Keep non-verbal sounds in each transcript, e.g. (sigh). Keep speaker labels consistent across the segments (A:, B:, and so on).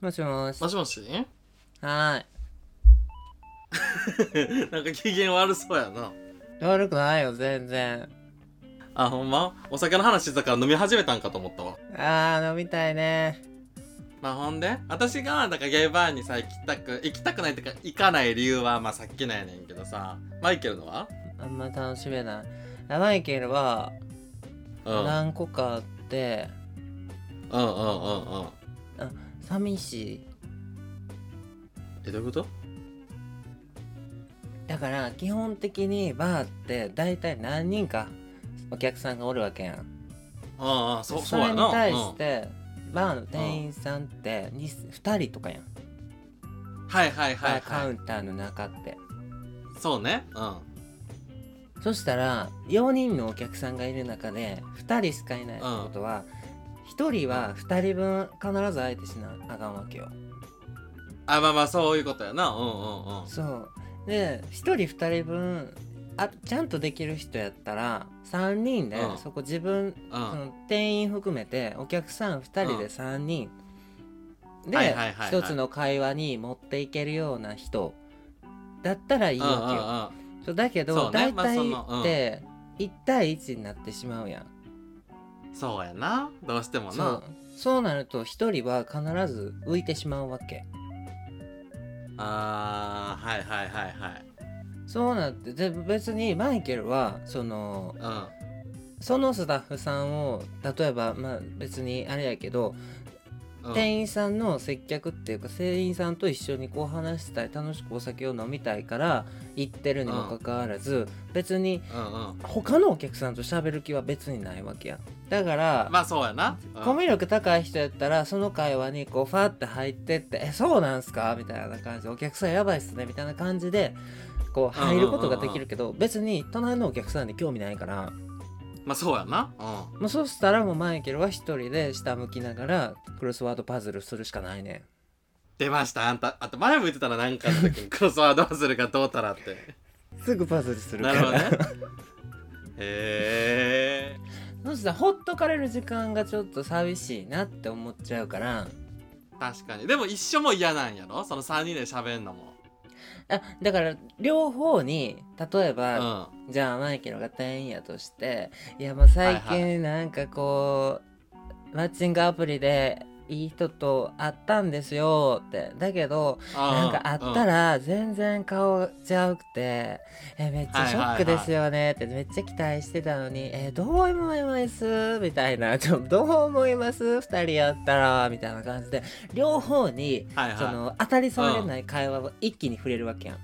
A: もしもし。
B: もしもし
A: は
B: (laughs) なんか機嫌悪そうやな。
A: ーい。悪くないよ、全然。
B: あ、ほんまお酒の話してたから飲み始めたんかと思ったわ。
A: あー、飲みたいね。
B: まあほんで私がだからゲイバーにさ行きたく行きたくないってか行かない理由はまあさっきなんやねんけどさマイケルのは
A: あんま楽しめない。あマイケルは
B: うんうんうん
A: 何個かあって、
B: うんうん
A: 寂しい。
B: えどういうこと
A: だから、基本的にバーって大体何人かお客さんがおるわけやん。
B: ああそ
A: そう
B: や
A: れに
B: な
A: 対
B: うん
A: して、バーの店員さんってに2人とかやん、
B: はいはいは
A: バ
B: い
A: ーカ
B: は
A: ウ
B: い
A: ンターの中って
B: そうねうん
A: そしたら4人のお客さんがいる中で2人しかいないってことは、1人は2人分必ず相手しなあかんわけよ
B: あまあまあそういうことやなうんうんうん
A: そうで1人2人分あちゃんとできる人やったら3人で、
B: うん
A: そこ自分
B: うん
A: その店員含めてお客さん2人
B: うん
A: で3人
B: はい
A: で
B: はいはいはい
A: 一つの会話に持っていけるような人だったらいい
B: うんうんう
A: わ
B: ん
A: けよそうだけ
B: そ
A: ど
B: うね
A: 大
B: まあそ
A: 体
B: のうん
A: って1対1になってしまうやん
B: そうやなどうしても
A: そ
B: な
A: うそうなると1人は必ず浮いてしまうわけ
B: あーはいはいはいはい
A: そうなってで別にマイケルはそのそのスタッフさんを例えばまあ別にあれやけど
B: うんうん
A: 店員さんの接客っていうか店員さんと一緒にこう話したい楽しくお酒を飲みたいから行ってるにもかかわらず、別に
B: うんうん
A: 他のお客さんと喋る気は別にないわけやんだから、
B: まあそうやなうん
A: コミュ力高い人やったらその会話にこうファって入ってって「えそうなんすか?」みたいな感じで「お客さんやばいっすね」みたいな感じでこう入ることができるけど別に隣のお客さんに興味ないから
B: まあそうやなうん
A: もうそうしたらもうマイケルは一人で下向きながらクロスワードパズルするしかないねん。
B: 出ましたあんたあと前も言ってたらなんかの
A: (laughs)
B: 時にクロスワードパズルがどうたらって
A: すぐパズルするか
B: な
A: ら
B: るほ
A: (laughs)
B: どねへえ
A: そしたらほっとかれる時間がちょっと寂しいなって思っちゃうから
B: 確かにでも一緒も嫌なんやろその3人で喋んのも
A: あだから両方に例え
B: う
A: ば、
B: ん
A: じゃあマイケルが店員やとしていやまあ最
B: はいは
A: 近なんかこう、マッチングアプリでいい人と会ったんですよってだけどなんか会った
B: ら
A: ら全然顔ちゃうくて、えめっちゃショックですよねってめっちゃ期待してたのに「えどう思います?」みたいな「 (laughs) ちょどう思います2人やったら」みたいな感じで両方に、
B: はいはい
A: その当たり障れない会話を一気に触れるわけやん。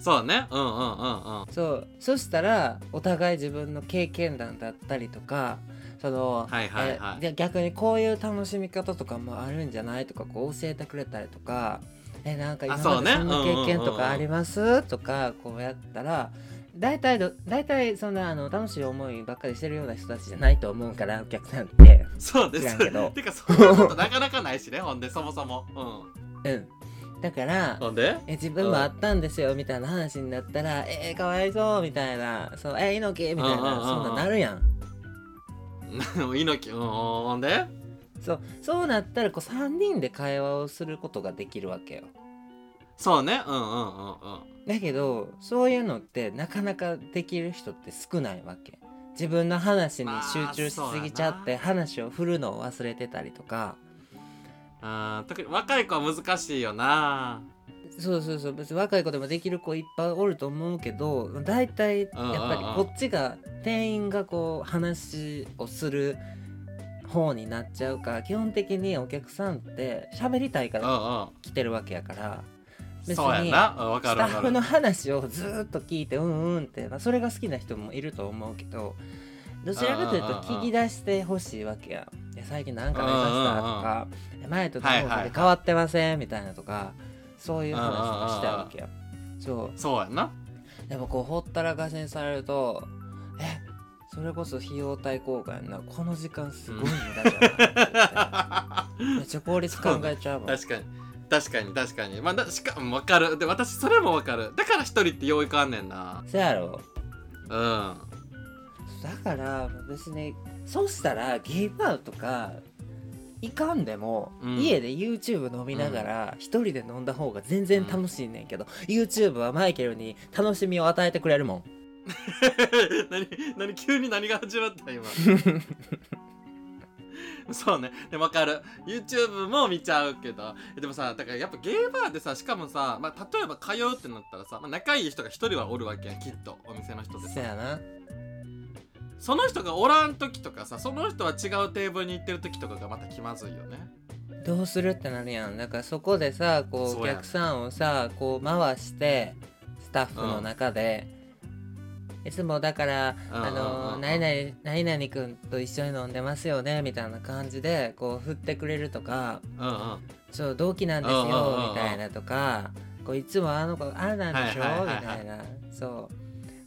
B: そうねうんうんうんうん
A: そうそしたらお互い自分の経験談だったりとかその、
B: はいはいはい
A: えで逆にこういう楽しみ方とかもあるんじゃないとかこう教えてくれたりとかえなんか今
B: あそ
A: ま
B: う
A: で
B: ね
A: そんな経験とかあります、とかこうやったら大体ど大体そんなあの楽しい思いばっかりしてるような人たちじゃないと思うからお客さんって
B: そうで
A: 知ら
B: す
A: んけど
B: (laughs) てかそんなことなかなかないしねほんでそもそもう
A: うんだから
B: んほん (laughs) で
A: え自分もあったんですよみたいな話になったら、えー、かわいそうみたいなそうえー、猪木みたい
B: うんうんうんう
A: なんそんなんなるやん
B: うん猪木うんほんで
A: そうそうなったらこう3人で会話をすることができるわけよ
B: そうねうんうんうんうん
A: だけどそういうのってなかなかできる人って少ないわけ自分の話に集中しすぎちゃって話を振るのを忘れてたりとか
B: あー特に若い子は難しいよな
A: そうそうそう別に若い子でもできる子いっぱいおると思うけど大体やっぱりこっちが店員がこう話をする方になっちゃうから基本的にお客さんって喋りたいか
B: うんう
A: ら
B: ん
A: 来てるわけやから別に
B: そうやなうんわか
A: ス
B: る
A: タ
B: わ
A: ッ
B: か
A: フ
B: る
A: の話をずーっと聞いてうんうんって、まあ、それが好きな人もいると思うけどどちらかというと
B: うんうんうんうん
A: 聞き出してほしいわけやいや最近なんかありましたとか前とどう
B: はいはいは
A: で
B: い
A: 変わってませんみたいなとかそういう話をしたいわけやそ
B: そう
A: (laughs)
B: やな
A: うでもこうほったらかしにされるとえそれこそ費用対効果やんなこの時間すごい無駄じゃない (laughs) めっちゃ効率考えちゃうもん
B: 確かに確かに確かにまあだしかも分かるで私それも分かるだから一人ってよういかんねんな
A: そやろ
B: うん (laughs)
A: だから別にそうしたらゲイバーとかいかんでも、
B: うん
A: 家で YouTube 飲みながら一人で飲んだ方が全然楽しいねんけど、YouTube はマイケルに楽しみを与えてくれるもん
B: 何何急に何が始まっ
A: (laughs)
B: た今そうねでわかる YouTube も見ちゃうけどでもさだからやっぱゲーバーでさしかもさ、まあ、例えば通うってなったらさ、まあ、仲いい人が一人はおるわけやんきっとお店の人で
A: そ
B: さ
A: やな
B: その人がおらん時とかさその人は違うテーブルに行ってる時とかがまた気まずいよね
A: どうするってなるやんだからそこでさこう
B: そ
A: お
B: うやね
A: 客さんをさこう回してスタッフの中で、いつもだから「
B: うん
A: あの
B: うん
A: 何々何々君と一緒に飲んでますよね」みたいな感じでこう振ってくれるとか
B: うんうん
A: そう同期なんです
B: うんうんうんう
A: よ
B: ん
A: みたいなとかこういつもあの子あれなんでしょ
B: はいはい
A: み
B: はいは
A: た
B: い
A: いなそ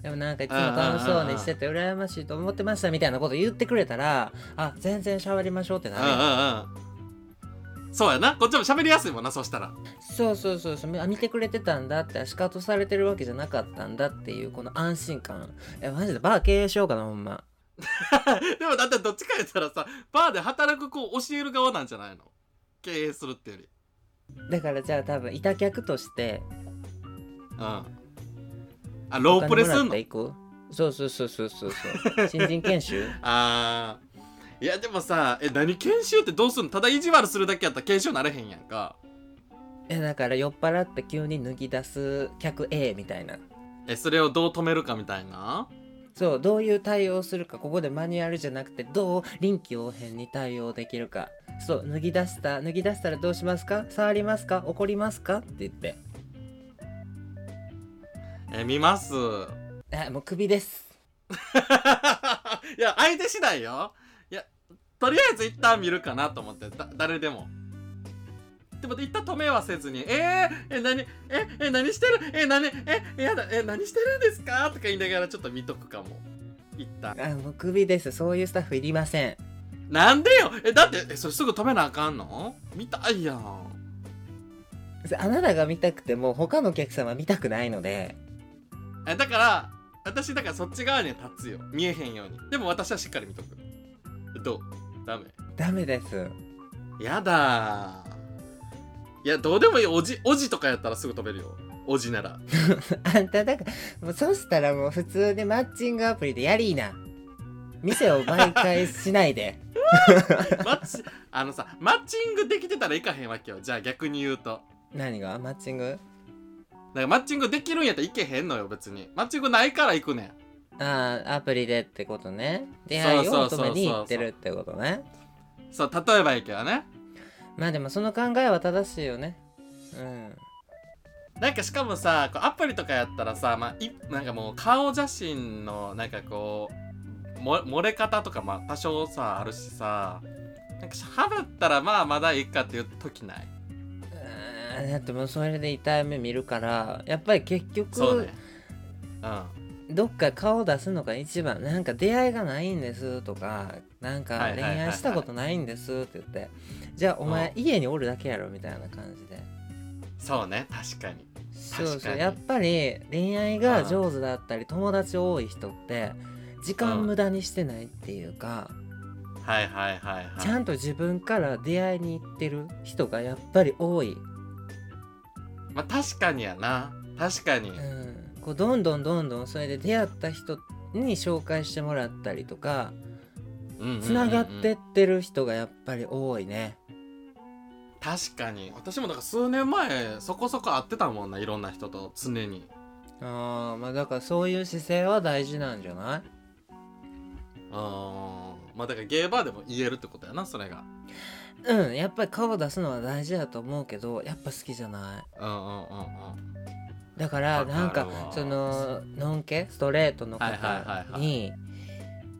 A: うでもなんかいつも楽しそうにしてて羨ましいと思ってましたみたいなこと言ってくれたらあ全然喋りましょうってなるやん
B: うんうんうんそうやなこっちも喋りやすいもんなそしたら
A: (laughs) そうそうそうそうあ見てくれてたんだって仕方されてるわけじゃなかったんだっていうこの安心感えマジでバー経営しようかなほんま
B: でもだってどっちか言ったらさバーで働く子を教える側なんじゃないの経営するってより
A: だからじゃあ多分板客として
B: うんあロープレすんの
A: いくそうそうそうそうそうそう新人研修
B: あーいやでもさえ何研修ってどうすんのただ意地悪するだけやったら研修なれへんやんか
A: えだから酔っ払って急に脱ぎ出す客 A みたいな
B: えそれをどう止めるかみたいな
A: そうどういう対応するかここでマニュアルじゃなくてどう臨機応変に対応できるかそう脱ぎ出した脱ぎ出したらどうしますか触りますか怒りますかって言って
B: え見ますい
A: あもう首です
B: (laughs) や相手次第よいやとりあえず一旦見るかなと思ってだ誰でもでも一旦止めはせずに「えー、え何ええ何してるえ何えやだえ何してるんですか?」とか言いながらちょっと見とくかも一旦
A: あもうクビですそういうスタッフいりません
B: なんでよえだってえそれすぐ止めなあかんの見たいやん
A: そあなたが見たくても他のお客様見たくないので
B: えだから私だからそっち側には立つよ見えへんようにでも私はしっかり見とくどうダメ
A: ダメです (laughs)
B: やだーいやどうでもいいおじおじとかやったらすぐ止めるよおじな (laughs) ら
A: あんただからもうそしたらもう普通でマッチングアプリでやりーな店を媒介しないで
B: マッチあのさマッチングできてたらいかへんわけよじゃあ逆に言うと
A: 何がマッチング
B: だからマッチングできるんやったらいけへんのよ別にマッチングないから行くねん
A: ああアプリでってことね出会いを求めに行ってるってことね
B: そう例えばやけどね
A: まあでもその考えは正しいよねうん
B: なんかしかもさこうアプリとかやったらさ、まあ、いなんかもう顔写真のなんかこうも漏れ方とかまあ多少さあるしさなんかしゃべったらまあまだいいかっていう時ないう
A: ーんだってもうそれで痛い目見るからやっぱり結局
B: そうねうん
A: どっか顔出すのが一番なんか出会いがないんですとかなん
B: はい
A: か
B: はい
A: 恋
B: はいはい
A: 愛したことないんですって言って、じゃあお前家におるだけやろみたいな感じで
B: そうね確かに
A: そ
B: に
A: うそうやっぱり恋愛が上手だったり友達多い人って時間無駄にしてないっていうか、
B: はいはいはいはい
A: ちゃんと自分から出会いに行ってる人がやっぱり多い、
B: まあ確かにやな確かに、
A: うん、こうどんどんどんどんそれで出会った人に紹介してもらったりとか
B: うんうんうんうん
A: つながってってる人がやっぱり多いね。
B: 確かに私もだから数年前そこそこ会ってたもんないろんな人と常に
A: ああまあだからそういう姿勢は大事なんじゃない
B: あーまあだからゲーバーでも言えるってことやなそれが
A: うんやっぱり顔出すのは大事だと思うけどやっぱ好きじゃない
B: うんうんうんうん
A: だから
B: わかるわ
A: なんかそののんけストレートの方
B: はいはいはいは
A: に「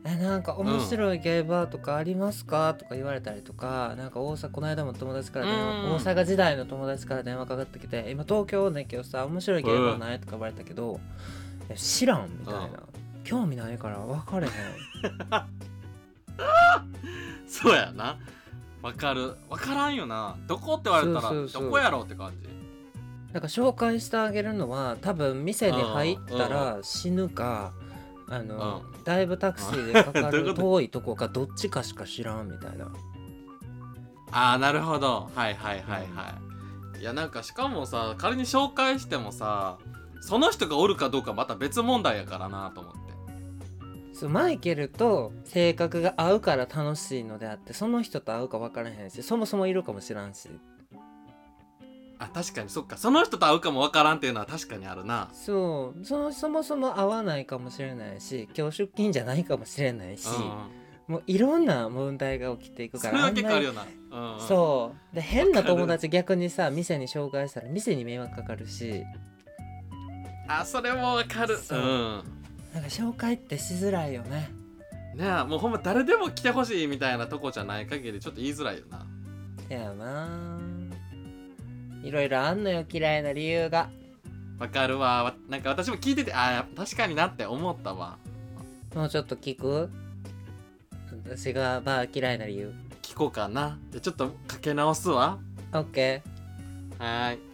A: えなんか面白いゲイバーとかありますか?」とか言われたりとかなんか大阪この間も友達から電話
B: うん
A: 大阪時代の友達から電話かかってきて「今東京おんねんけどさ面白いゲイバーない?」とか言われたけど「いや知らん」みたいな
B: うん
A: 「興味ないから分かれへん」
B: そうやなわかるわからんよなどこって言われたら
A: そうそうそう
B: どこやろうって感じ
A: なんか紹介してあげるのは多分店に入ったら死ぬかあのだいぶタクシーでかか
B: うんどういう
A: る
B: こと
A: 遠いとこかどっちかしか知らんみたいな
B: ああなるほどはいはいはいはい、いやなんかしかもさ仮に紹介してもさその人がおるかどうかまた別問題やからなと思って
A: そうマイケルと性格が合うから楽しいのであってその人と合うか分からへんしそもそもいるかもしらんし
B: あ確かにそっかその人と会うかもわからんっていうのは確かにあるな
A: そうそのそもそも合わないかもしれないし今日出勤じゃないかもしれないし、
B: う
A: もういろんな問題が起きてい
B: ん、
A: く
B: そ
A: か
B: れ
A: ら
B: は結構ある
A: あんま
B: よな、うんうん、
A: りそうで変な友達逆にさ店に紹介したら店に迷惑かかるし
B: あそれもわかるう
A: そうんなんか紹介ってしづらいよね
B: ねえもうほんま誰でも来てほしいみたいなとこじゃない限りちょっと言いづらいよな
A: せやなぁいろいろあんのよ嫌いな理由が
B: わかるわわなんか私も聞いててあー確かになって思ったわ
A: もうちょっと聞く私がバー嫌いな理由
B: 聞こうかなじゃあちょっとかけ直すわ
A: オッケー
B: はーい